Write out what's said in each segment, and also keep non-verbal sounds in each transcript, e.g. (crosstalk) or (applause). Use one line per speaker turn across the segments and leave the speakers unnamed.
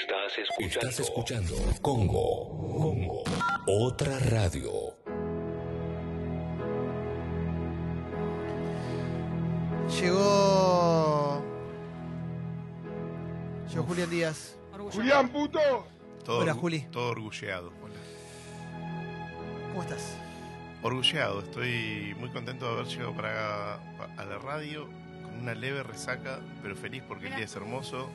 Estás escuchando.
Estás escuchando Congo. Congo. Otra radio.
Llegó. Llegó Julián Díaz.
Julián, puto.
Todo,
Hola,
orgu-
Juli.
todo orgulleado. Hola.
¿Cómo estás?
Orgulleado, estoy muy contento de haber llegado para acá, pa- a la radio con una leve resaca, pero feliz porque el día es hermoso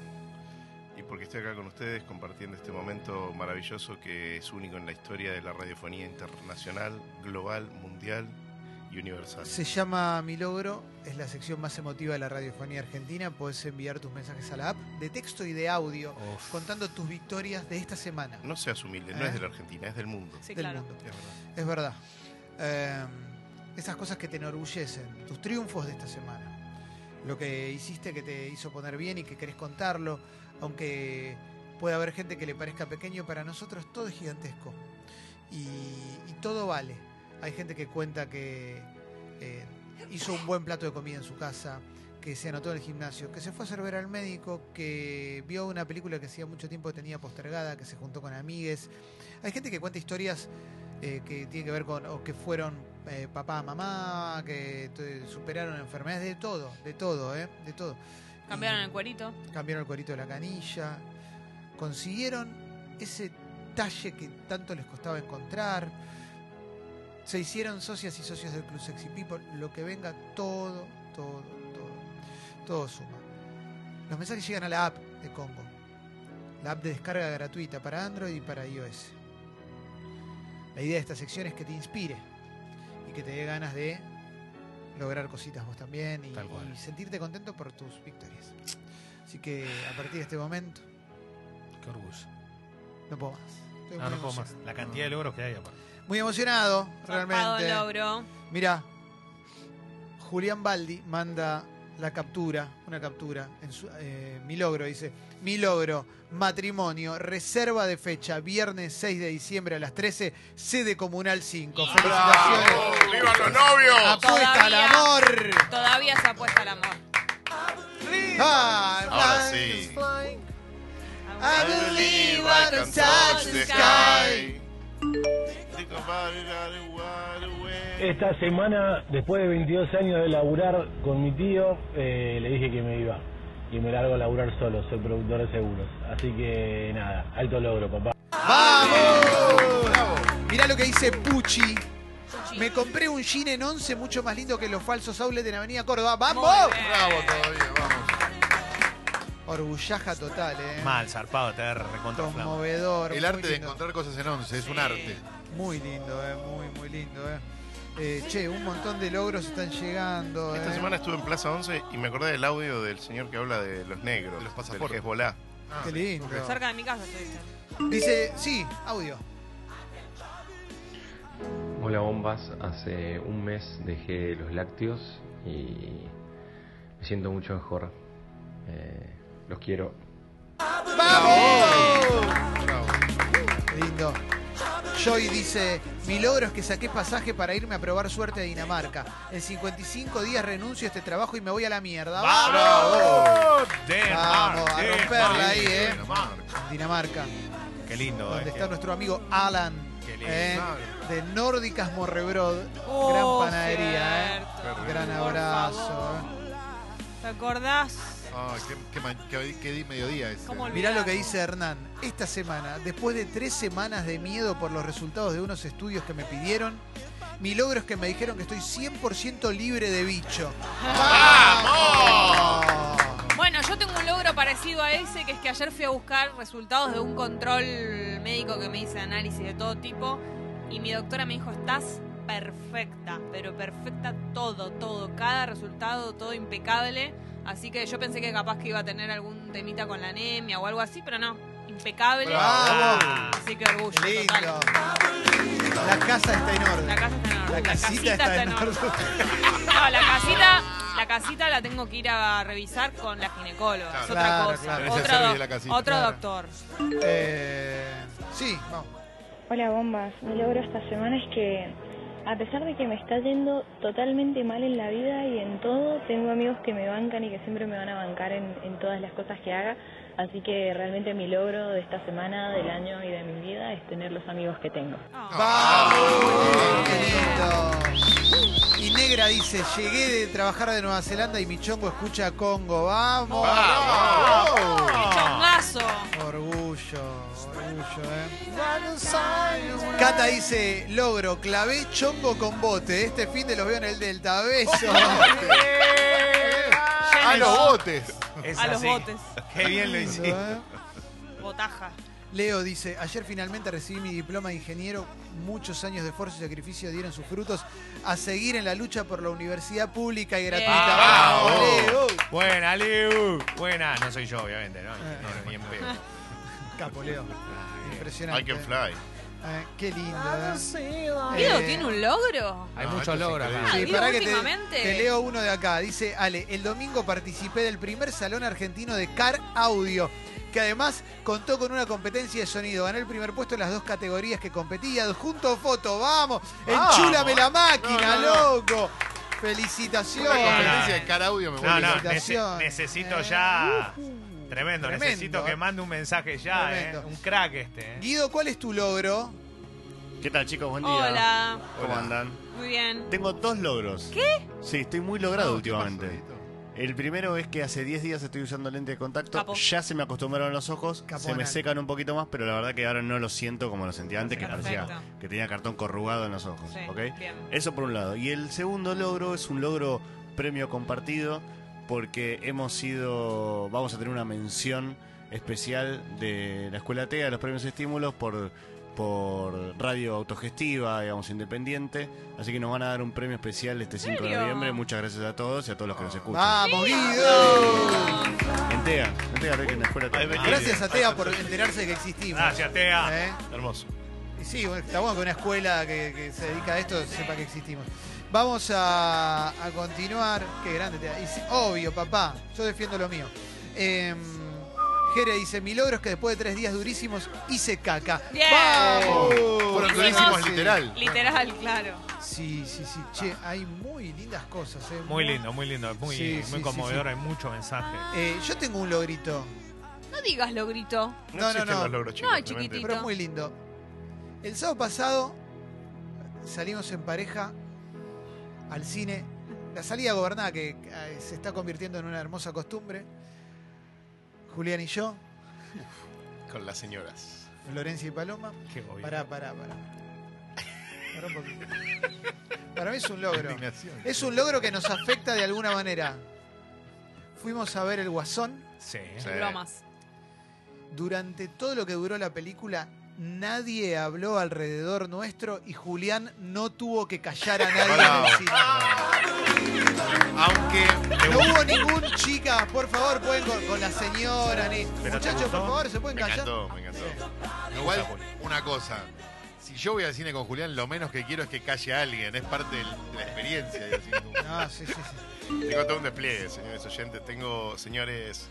y porque estoy acá con ustedes compartiendo este momento maravilloso que es único en la historia de la radiofonía internacional, global, mundial y universal.
Se llama Mi Logro, es la sección más emotiva de la radiofonía argentina. Puedes enviar tus mensajes a la app de texto y de audio
Uf.
contando tus victorias de esta semana
No seas humilde, no
¿Eh?
es de la Argentina, es del mundo.
Sí,
del
claro.
mundo.
Es verdad.
Es verdad. Eh, esas cosas que te enorgullecen, tus triunfos de esta semana. Lo que hiciste que te hizo poner bien y que querés contarlo, aunque puede haber gente que le parezca pequeño, para nosotros todo es gigantesco. Y, y todo vale. Hay gente que cuenta que eh, hizo un buen plato de comida en su casa, que se anotó en el gimnasio, que se fue a hacer ver al médico, que vio una película que hacía mucho tiempo tenía postergada, que se juntó con amigues. Hay gente que cuenta historias eh, que tiene que ver con o que fueron eh, papá, mamá, que tu- superaron enfermedades, de todo, de todo, ¿eh? De todo.
Cambiaron
Y
el cuerito.
Cambiaron el cuerito de la canilla, consiguieron ese talle que tanto les costaba encontrar, se hicieron socias y socios del Club Sexy People, lo que venga, todo, todo, todo, todo suma. Los mensajes llegan a la app de Congo, la app de descarga gratuita para Android y para iOS. La idea de esta sección es que te inspire y que te dé ganas de lograr cositas vos también y,
Tal cual.
y sentirte contento por tus victorias. Así que a partir de este momento
Qué orgullo.
no puedo más. Estoy muy
No, no puedo más.
emocionado.
La cantidad de logros que hay aparte.
Muy emocionado,
Zarpado
realmente.
logro.
Mira, Julián Baldi manda la captura, una captura, en su- eh, mi logro, dice, mi logro, matrimonio, reserva de fecha, viernes 6 de diciembre a las 13, sede comunal 5.
¡Bravo!
Felicitaciones.
¡Viva los novios!
Apuesta al
Todavía.
amor.
Todavía se apuesta al amor.
Ah,
Ahora
blind
sí.
is blind.
Ah,
I believe I can touch the sky.
Eh.
Esta semana, después de 22 años de laburar con mi tío, eh, le dije que me iba. Y me largo a laburar solo, soy productor de seguros. Así que nada, alto logro, papá.
¡Vamos! Mirá lo que dice Pucci. Me compré un jean en 11 mucho más lindo que los falsos outlets en Avenida Córdoba. ¡Vamos!
Muy bien.
Bravo todavía, vamos.
Orgullaja total, ¿eh?
Mal, zarpado, te recontra flama.
Conmovedor.
El
muy
arte de
lindo.
encontrar cosas en once, es un arte.
Muy lindo, ¿eh? Muy, muy lindo, ¿eh? Eh, che, un montón de logros están llegando.
Esta
¿eh?
semana estuve en Plaza 11 y me acordé del audio del señor que habla de los negros,
De los
del
pasaportes.
Hezbolá.
Ah,
Qué lindo.
ok.
Cerca de mi casa estuviste.
Dice, sí, audio.
Hola bombas, hace un mes dejé los lácteos y me siento mucho mejor. Eh, los quiero.
Bravo.
Qué lindo. Joy dice, mi logro es que saqué pasaje para irme a probar suerte a Dinamarca. En 55 días renuncio a este trabajo y me voy a la mierda.
¡Vamos!
Vamos, a
Denmark,
romperla ahí, ¿eh?
Dinamarca.
Dinamarca,
Qué lindo,
donde
eh.
está nuestro amigo Alan,
Qué lindo.
¿eh? de Nórdicas Morrebrod.
Oh,
Gran panadería, ¿eh?
cierto.
Gran
Por
abrazo. ¿eh?
favor. ¿Te acordás?
Ah, qué, qué, ma- qué- qué di mediodía ese.
¿Cómo
¿eh? Mirá lo que dice Hernán. Esta semana, después de tres semanas de miedo por los resultados de unos estudios que me pidieron, mi logro es que me dijeron que estoy 100% libre de bicho. ¡Vamos!
Bueno, yo tengo un logro parecido a ese, que es que ayer fui a buscar resultados de un control médico que me hice análisis de todo tipo y mi doctora me dijo, estás perfecta, pero perfecta todo, todo, cada resultado, todo impecable. Así que yo pensé que capaz que iba a tener algún temita con la anemia o algo así, pero no, impecable.
¡Bravo!
Así que orgullo.
Qué lindo.
Total.
La casa está en orden.
La casa está en orden.
La casita está en orden.
No, la casita, la casita la tengo que ir a revisar con la ginecóloga. es otra
Claro,
cosa.
claro.
Ese
Otro,
servicio
doc-
de la casita.
otro
Claro.
doctor.
(laughs) Eh, sí, vamos.
Hola bombas, mi logro esta semana es que a pesar de que me está yendo totalmente mal en la vida y en todo, tengo amigos que me bancan y que siempre me van a bancar en, en todas las cosas que haga, Así que realmente mi logro de esta semana, del año y de mi vida es tener los amigos que tengo.
¡Vamos! ¡Qué lindo! Y Negra dice, llegué de trabajar de Nueva Zelanda y mi chongo escucha Congo. ¡Vamos!
¡Oh!
Chongazo.
Orgullo, orgullo, eh. Cata dice, logro, clavé chongo con bote. Este fin de los veo en el Delta. (laughs) Beso.
¡Ah,
A los botes.
Es
A los
así.
botes.
Qué bien lo hiciste.
¿Eh?
Botaja.
Leo dice, ayer finalmente recibí mi diploma de ingeniero, muchos años de esfuerzo y sacrificio dieron sus frutos a seguir en la lucha por la universidad pública y gratuita.
Bien.
¡Vamos,
Bravo.
Leo!
Ah, oh. Buena, Liu. Buena. No soy yo, obviamente, ¿no? Ingeniero, ni en pedo.
Eh.
Ah,
Capo, Leo. Impresionante.
I can fly.
Eh, qué lindo. ¿eh?
Guido
Eh,
tiene un logro.
Hay
No, esto
muchos
es
logros acá.
increíble.
Sí,
Digo,
pará que te,
últimamente-
te leo uno de acá. Dice Ale, el domingo participé del primer salón argentino de Car Audio, que además contó con una competencia de sonido. Gané el primer puesto en las dos categorías que competía. Adjunto foto, vamos. Enchúlame la máquina,
No, no,
loco.
Una
Felicitaciones.
competencia de caraudio me
No,
vuelve
no,
loco.
Ah, nece- necesito ya. Tremendo,
Eh, Tremendo,
necesito que
eh.
mande un mensaje ya,
Tremendo.
eh. Un crack este, eh.
Guido, ¿cuál es tu logro?
¿Qué tal, chicos? Buen día.
Hola.
¿Cómo andan?
Muy bien.
Tengo dos logros. ¿Qué? Sí, estoy muy logrado
No, ¿qué pasó,
últimamente.
Dieguito?
El primero es que hace 10 días estoy usando lente de contacto.
Capo.
Ya se me acostumbraron los ojos, se
Caponal.
me secan un poquito más, pero la verdad que ahora no lo siento como lo sentía antes, que
Perfecto.
parecía que tenía cartón corrugado en los ojos.
Sí,
¿ok?
bien.
Eso por un lado. Y el segundo logro es un logro premio compartido porque hemos sido, vamos a tener una mención especial de la Escuela TEA, los premios estímulos por, por radio autogestiva, digamos, independiente. Así que nos van a dar un premio especial este 5 de
serio?
noviembre. Muchas gracias a todos y a todos los que nos escuchan.
Vamos, Guido.
En TEA, en TEA, en la Escuela
Ahí
TEA.
venía.
Gracias a Tea por enterarse de que existimos.
Gracias, Tea.
¿Eh?
Hermoso.
Y sí, bueno, está bueno que una escuela que, que se dedica a esto sepa que existimos. Vamos a, a continuar. Qué grande te da. Y sí, Obvio, papá. Yo defiendo lo mío. Eh, Jere dice, mi logro es que después de tres días durísimos hice caca.
Bien.
¡Vamos!
Fueron durísimos, literal.
Literal, claro.
Sí, sí, sí. Che, hay muy lindas cosas. eh.
Muy lindo, muy lindo, muy,
Sí,
muy
sí, sí,
conmovedor,
sí.
hay mucho mensaje.
Eh, yo tengo un logrito,
No digas logrito.
No,
No, no,
existen
no.
los logros chicos.
No,
realmente.
chiquitito.
pero es muy lindo. El sábado pasado salimos en pareja al cine. La salida gobernada que eh, se está convirtiendo en una hermosa costumbre. Julián y yo,
Con las señoras.
Florencia y Paloma.
Qué gobierno.
Pará, pará, pará. Pará un poquito. Para mí es un logro.
Indignación.
Es un logro que nos afecta de alguna manera. Fuimos a ver El Guasón.
Sí. ¿eh?
Sí.
Bromas.
Durante todo lo que duró la película, nadie habló alrededor nuestro y Julián no tuvo que callar a nadie en
Bravo.
el cine.
Aunque
No hubo ningún chicas, por favor, pueden con, con la señora. Ni... Muchachos, por favor, se pueden
Me
callar.
encantó, me encantó.
Igual, una cosa. Si yo voy al cine con Julián, lo menos que quiero es que calle a alguien. Es parte del- de la experiencia. digo, así como-
No, Ah, sí, sí, sí.
Tengo todo un despliegue, señores oyentes. Tengo, señores,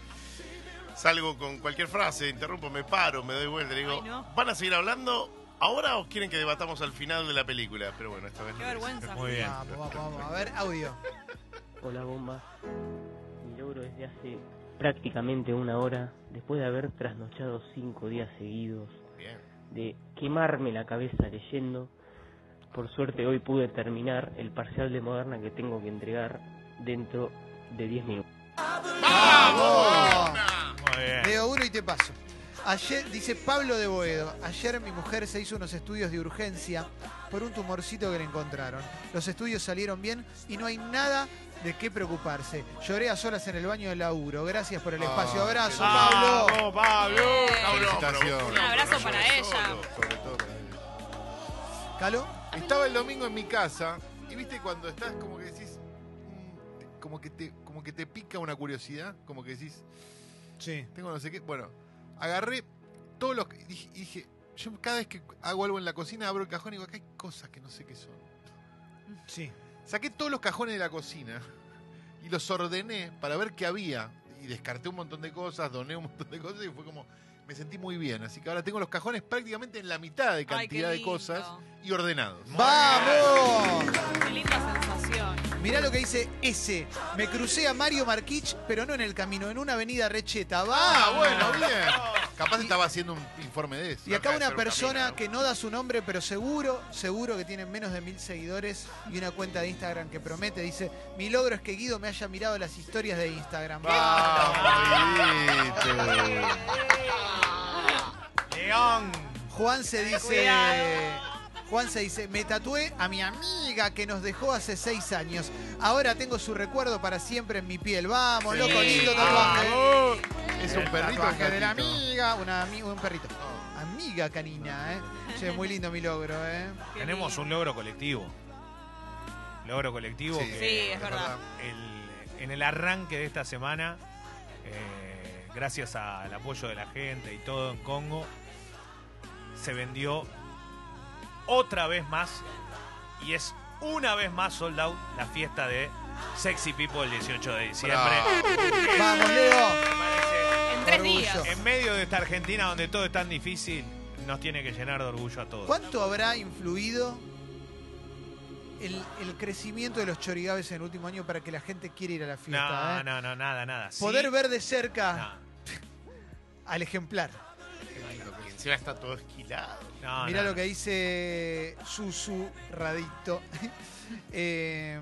salgo con cualquier frase, interrumpo, me paro, me doy vuelta. Digo,
Ay, no.
¿van a seguir hablando ahora o quieren que debatamos al final de la película? Pero bueno, esta vez no
Qué
lo hice.
vergüenza.
Muy bien.
Vamos, vamos, vamos. A ver, audio.
Hola bomba, mi logro desde hace prácticamente una hora, después de haber trasnochado cinco días seguidos,
Bien.
de quemarme la cabeza leyendo, por suerte hoy pude terminar el parcial de Moderna que tengo que entregar dentro de 10 minutos.
¡Vamos!
Muy bien.
Leo uno y te paso. Ayer, dice Pablo de Boedo, ayer mi mujer se hizo unos estudios de urgencia por un tumorcito que le encontraron. Los estudios salieron bien y no hay nada de qué preocuparse. Lloré a solas en el baño del laburo. Gracias
Ah,
por el espacio. Abrazo, Pablo.
Vamos, Pablo.
Pablo,
Felicitaciones.
pero-
Un
abrazo para
Sobre
ella.
todo, sobre todo para ella.
¿Calo?
Estaba el domingo en mi casa y viste cuando estás como que decís. mm, te- Como que te, como que te pica una curiosidad. Como que decís,
Sí.
tengo no sé qué. Bueno, agarré todos los. y Dije, y dije, yo cada vez que hago algo en la cocina abro el cajón y digo, acá hay cosas que no sé qué son.
Sí.
Saqué todos los cajones de la cocina y los ordené para ver qué había. y descarté un montón de cosas, doné un (laughs) montón de cosas y fue como, me sentí muy bien. Así que ahora tengo los cajones prácticamente en la mitad de
Ay, qué
cantidad de
lindo.
cosas y ordenados.
¡Vamos!
Qué linda sensación.
Mirá lo que dice ese. Me crucé a Mario Marquich, pero no en el camino, en una avenida recheta.
Ah,
¡Va!
bueno, bien. Capaz estaba haciendo un informe de eso.
Y acá
Acá
una
hacer un
persona
camino, ¿no?
que no da su nombre, pero seguro, seguro que tiene menos de mil seguidores y una cuenta de Instagram que promete, dice, mi logro es que Guido me haya mirado las historias de Instagram.
Vamos, Guidito.
León.
Juan se dice.
Cuidado.
Juan se dice, me tatué a mi amiga que nos dejó hace seis años. Ahora tengo su recuerdo para siempre en mi piel. Vamos,
Sí.
loco, lindo tatuaje.
Vamos. Es un
El
perrito. Oh. o un
Tatuaje de la
gatito?
amiga, una ami- un perrito. Amiga canina, ¿eh? Che, muy lindo mi logro, ¿eh?
Qué
Tenemos
lindo.
un logro colectivo. Logro colectivo
Sí.
Sí,
que
es verdad.
el- en el arranque de esta semana, eh, gracias al apoyo de la gente y todo en Congo, se vendió otra vez más y es una vez más sold out la fiesta de Sexy People el 18 de diciembre.
Vamos, Leo.
Me parece,
En tres
Orgullo.
días.
En medio de esta Argentina donde todo es tan difícil, nos tiene que llenar de orgullo a todos.
¿Cuánto habrá influido el, el crecimiento de los chorigabes en el último año para que la gente quiera ir a la
No,
fiesta? ¿eh?
no, no, nada, nada. Sí,
Poder ver de cerca
no.
al ejemplar.
Y encima está todo esquilado.
No,
Ah,
Mirá
no,
lo que dice Susu Radicto. (laughs) Eh,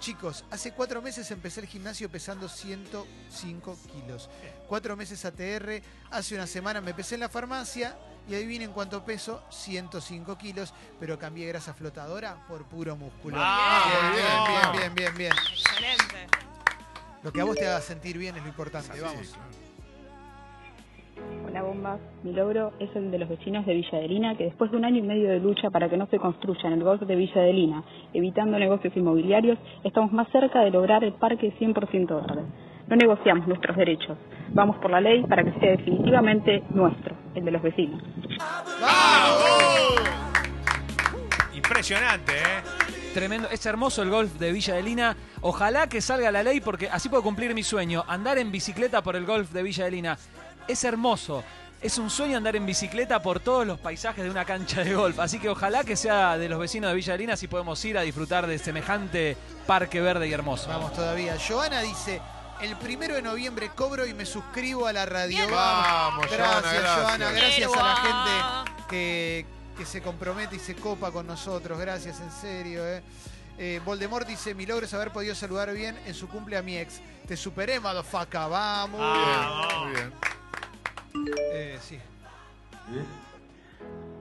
chicos, hace cuatro meses empecé el gimnasio pesando 105 kilos. Cuatro meses ATR. Hace una semana me pesé en la farmacia y adivinen cuánto peso, 105 kilos, pero cambié grasa flotadora por puro músculo.
Ah,
Vamos.
Bien, bien, bien, bien, bien.
Excelente.
Lo que a vos te haga sentir bien es lo importante.
Sí,
Vamos.
claro.
Hola bombas, mi logro es el de los vecinos de Villa Adelina que después de un año y medio de lucha para que no se construya en el golf de Villa Adelina, evitando negocios inmobiliarios, estamos más cerca de lograr el parque 100% verde. No negociamos nuestros derechos, vamos por la ley para que sea definitivamente nuestro, el de los vecinos.
Impresionante, ¿eh?
Tremendo, es hermoso el golf de Villa Adelina. Ojalá que salga la ley porque así puedo cumplir mi sueño. Andar en bicicleta por el golf de Villa Adelina. Es hermoso. Es un sueño andar en bicicleta por todos los paisajes de una cancha de golf. Así que ojalá que sea de los vecinos de Villa Adelina si podemos ir a disfrutar de semejante parque verde y hermoso.
Vamos todavía. Giovanna dice, el primero de noviembre cobro y me suscribo a la radio.
Bien.
Vamos, Joana,
Gracias, Joana. Gracias a la
Héroa.
gente que, que se compromete y se copa con nosotros. Gracias, en serio. Eh. Eh, Voldemort dice, mi logro es haber podido saludar bien en su cumple a mi ex. Te superé, motherfucker. Vamos.
Ah,
Vamos.
Muy bien.
Eh, sí.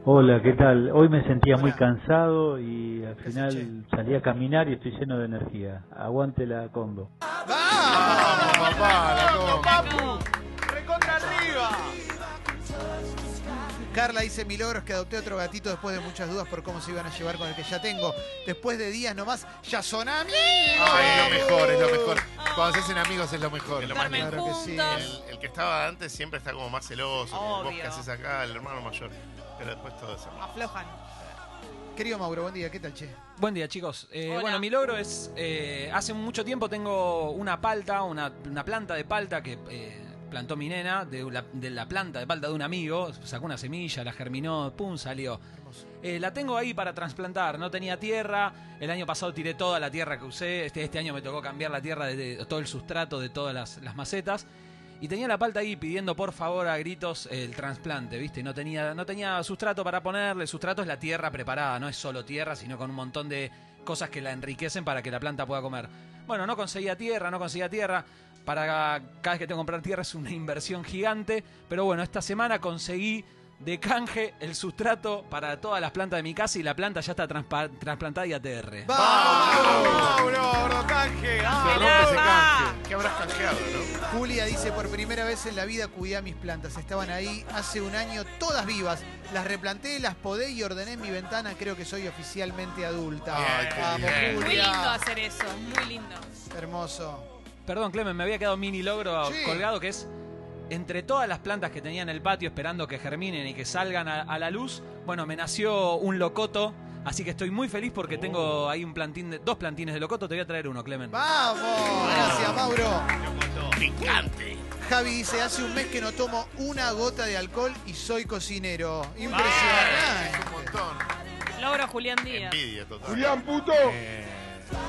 Hola, ¿qué tal? Hoy me sentía muy
Hola.
cansado y al final
Che.
salí a caminar y estoy lleno de energía. Aguante la combo.
Vamos, papá, la comba.
No,
¡Recontra arriba!
Carla dice, mi logro es que adopté otro gatito después de muchas dudas por cómo se iban a llevar con el que ya tengo. Después de días nomás, ya son amigos.
Ay, es lo mejor, es lo mejor. Cuando se hacen amigos es lo mejor.
Es lo más
Duermen
Claro que sí.
juntos.
El, el que estaba antes siempre está como más celoso. como Vos
Obvio.
que haces acá, el hermano mayor. Pero después todo es hermano.
Aflojan.
Querido Mauro, buen día. ¿Qué tal, che?
Buen día, chicos. Eh,
Hola.
bueno, mi logro es. eh, hace mucho tiempo tengo una palta, una, una planta de palta que eh, plantó mi nena, de la, de la planta de palta de un amigo. Sacó una semilla, la germinó, pum, salió. Eh, la tengo ahí para trasplantar. No tenía tierra. El año pasado tiré toda la tierra que usé. Este, este año me tocó cambiar la tierra de, de todo el sustrato de todas las, las macetas. Y tenía la palta ahí pidiendo por favor a gritos el trasplante, ¿viste? No tenía, no tenía sustrato para ponerle. Sustrato es la tierra preparada, no es solo tierra, sino con un montón de cosas que la enriquecen para que la planta pueda comer. Bueno, no conseguía tierra, no conseguía tierra. Para cada vez que tengo que comprar tierra es una inversión gigante. Pero bueno, esta semana conseguí de canje el sustrato para todas las plantas de mi casa y la planta ya está transpa- trasplantada y ATR.
¡Mauro, rotaje!
Se
¡Ah!
rompe ese
Pelapa.
canje. ¿Qué habrás canjeado, no?
Julia dice, por primera vez en la vida cuidé a mis plantas. Estaban ahí hace un año, todas vivas. Las replanté, las podé y ordené en mi ventana. Creo que soy oficialmente adulta.
Ay, qué
Vamos,
bien.
Muy lindo
Julia.
hacer eso, muy lindo.
Hermoso.
Perdón, Clemen, me había quedado mini logro
Sí.
colgado que es entre todas las plantas que tenía en el patio esperando que germinen y que salgan a, a la luz, bueno, me nació un locoto Así que estoy muy feliz porque tengo ahí un plantín de- dos plantines de locoto. Te voy a traer uno, Clemen.
¡Vamos! Gracias, Mauro.
¡Picante!
Javi dice, hace un mes que no tomo una gota de alcohol y soy cocinero. Impresionante.
Es un montón.
Logro Julián Díaz.
Envidia total.
puto!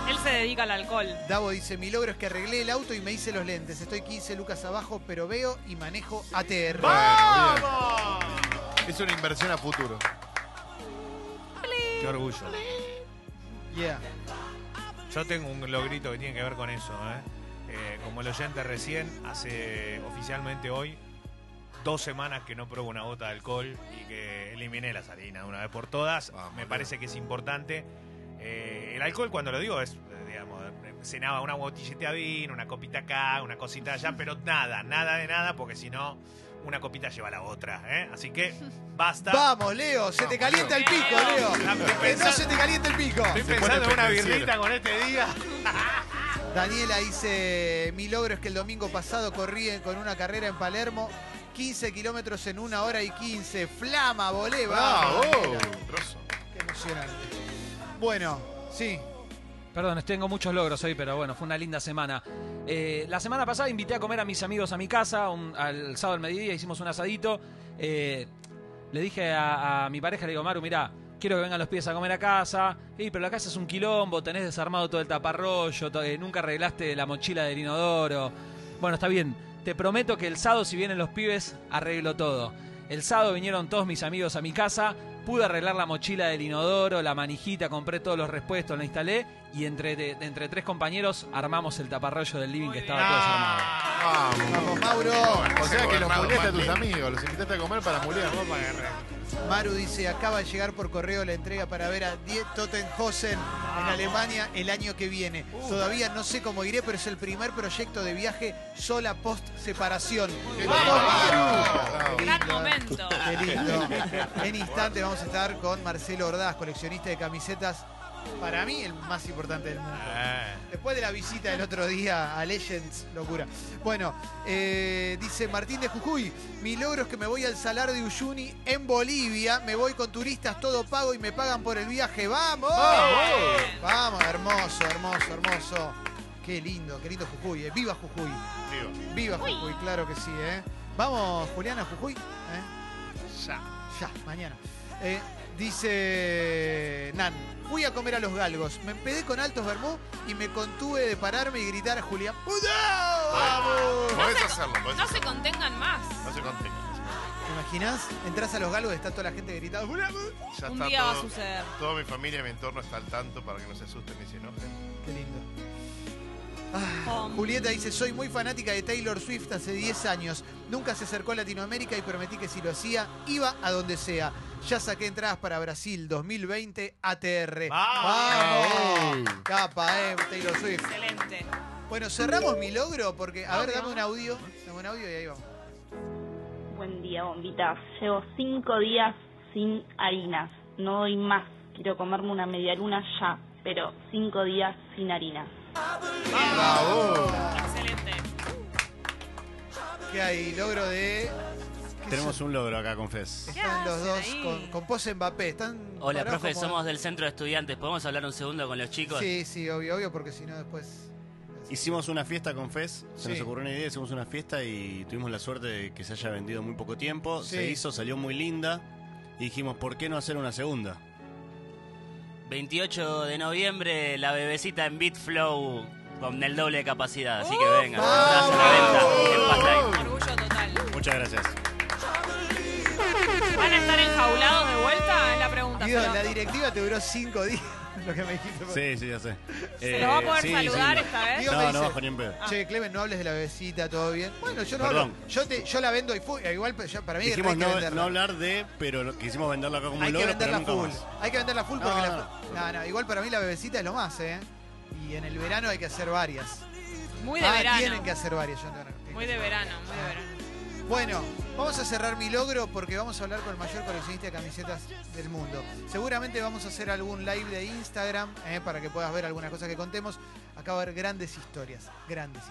Él se dedica al alcohol.
Davo dice, mi logro es que arreglé el auto y me hice los lentes. Estoy 15 lucas abajo, pero veo y manejo ATR.
Es una inversión a futuro.
Qué orgullo.
Yeah.
Yo tengo un logrito que tiene que ver con eso. ¿eh? Eh, como el oyente recién, hace oficialmente hoy dos semanas que no pruebo una gota de alcohol y que eliminé la harina de una vez por todas. Me parece que es importante. Eh, el alcohol, cuando lo digo, es, eh, digamos, eh, cenaba una botellita de vino, una copita acá, una cosita allá, pero nada, nada de nada, porque si no, una copita lleva a la otra. ¿eh? Así que basta.
Vamos, Leo, se te calienta el pico, Leo. Que no se te calienta el pico.
Estoy pensando en una birrita con este día.
Daniela dice, mi logro es que el domingo pasado corrí en- con una carrera en Palermo, 15 kilómetros en una hora y 15. Flama, volé,
¡Bravo!
vamos. Qué emocionante. Bueno, sí.
Perdón, tengo muchos logros hoy, pero bueno, fue una linda semana. Eh, la semana pasada invité a comer a mis amigos a mi casa, un- al sábado al mediodía hicimos un asadito. Eh, le dije a, a mi pareja, le digo, Maru, mirá, quiero que vengan los pies a comer a casa. Y pero la casa es un quilombo, tenés desarmado todo el taparrollo, to- eh, nunca arreglaste la mochila del inodoro. Bueno, está bien, te prometo que el sábado si vienen los pibes, arreglo todo. El sábado vinieron todos mis amigos a mi casa, pude arreglar la mochila del inodoro, la manijita, compré todos los repuestos, la instalé y entre, de- entre tres compañeros armamos el taparrollo del living que estaba todo desarmado.
Vamos.
Vamos, Mauro.
O sea que los
Gobernado,
muleaste a tus
Martín.
amigos, los invitaste a comer para mulear.
Maru dice, acaba de llegar por correo la entrega para ver a Die Tottenhausen en Alemania el año que viene. Todavía no sé cómo iré, pero es el primer proyecto de viaje sola post separación.
Gran momento.
Qué lindo. En instante vamos a estar con Marcelo Ordaz, coleccionista de camisetas. Para mí, el más importante del mundo.
Eh,
Después de la visita del otro día a Legends, locura. Bueno, eh, dice Martín de Jujuy, mi logro es que me voy al Salar de Uyuni en Bolivia, me voy con turistas, todo pago y me pagan por el viaje. ¡Vamos!
Bien.
¡Vamos! Hermoso, hermoso, hermoso. Qué lindo, qué lindo Jujuy. eh. ¡Viva Jujuy! ¡Viva Jujuy! Claro que sí, ¿eh? Vamos, Juliana, Jujuy. ¿eh? Ya, mañana. Eh, dice Nan, fui a comer a los galgos, me empedé con altos vermú y me contuve de pararme y gritar a Julián. ¡Puto! ¡Vamos!
Podés hacerlo, podés
No
hacerlo.
se contengan más.
No se contenga.
¿Te imaginas? Entras a los galgos y está toda la gente gritando. "Julián, puto".
Ya
Un
está
día va a
todo-
suceder.
Toda mi familia y mi entorno está al tanto para que no se asusten ni se enojen.
Qué lindo. Ah,
Pom.
Julieta dice, soy muy fanática de Taylor Swift hace 10 años. Nunca se acercó a Latinoamérica y prometí que si lo hacía, iba a donde sea. Ya saqué entradas para Brasil 2020 ATR.
¡Vamos!
Capa, eh, Taylor Swift.
Excelente.
Bueno, cerramos mi logro porque. A
No,
ver,
no.
dame un audio. Dame un audio y ahí vamos.
Buen día, bombitas. Llevo cinco días sin harinas. No doy más. Quiero comerme una media luna ya, pero cinco días sin harinas.
Excelente.
¿Qué hay? Logro de. ¿qué
Tenemos
son?
un logro acá, confes.
Están los
hacen
dos
ahí?
con, con pose Mbappé. Están
Hola,
parados
profe,
como-
somos del centro de estudiantes. ¿Podemos hablar un segundo con los chicos?
Sí, sí, obvio, obvio, porque si no después.
Hicimos una fiesta con Fez, se nos
Sí.
ocurrió una idea, hicimos una fiesta y tuvimos la suerte de que se haya vendido en muy poco tiempo.
Sí.
Se hizo, salió muy linda y dijimos, ¿por qué no hacer una segunda?
28 de noviembre, la bebecita en Bitflow con el doble de capacidad. Así que venga, estás a la venta en Pasline.
Orgullo total.
Muchas gracias.
¿Van a estar enjaulados de vuelta? Es la pregunta.
Guido,
pero-
la directiva te duró cinco días. (laughs) Lo que me dijiste.
Sí, sí, ya sé.
¿Se
Eh,
los va a poder
sí,
saludar
sí.
esta vez?
Digo, me
No, no
dice-
bajo ni en pedo.
Che, Clemen, no hables de la bebecita, todo bien. Bueno, yo no
Perdón.
hablo. Yo, te, yo la vendo y fu- igual pero ya para mí re
Dijimos
hay que
no,
venderla.
no hablar de, pero lo- quisimos venderla acá como
Hay
un
que
logro, pero
venderla
nunca
full.
más.
Hay que venderla full porque
No,
la- No, no, igual para mí la bebecita es lo más, ¿eh? Y en el verano hay que hacer varias.
Muy de
Ah,
verano.
Tienen que hacer varias. yo no-
Muy de verano, muy de verano.
Bueno, vamos a cerrar mi logro porque vamos a hablar con el mayor coleccionista de camisetas del mundo. Seguramente vamos a hacer algún live de Instagram eh, para que puedas ver algunas cosas que contemos. Acá va a haber grandes historias, grandes historias.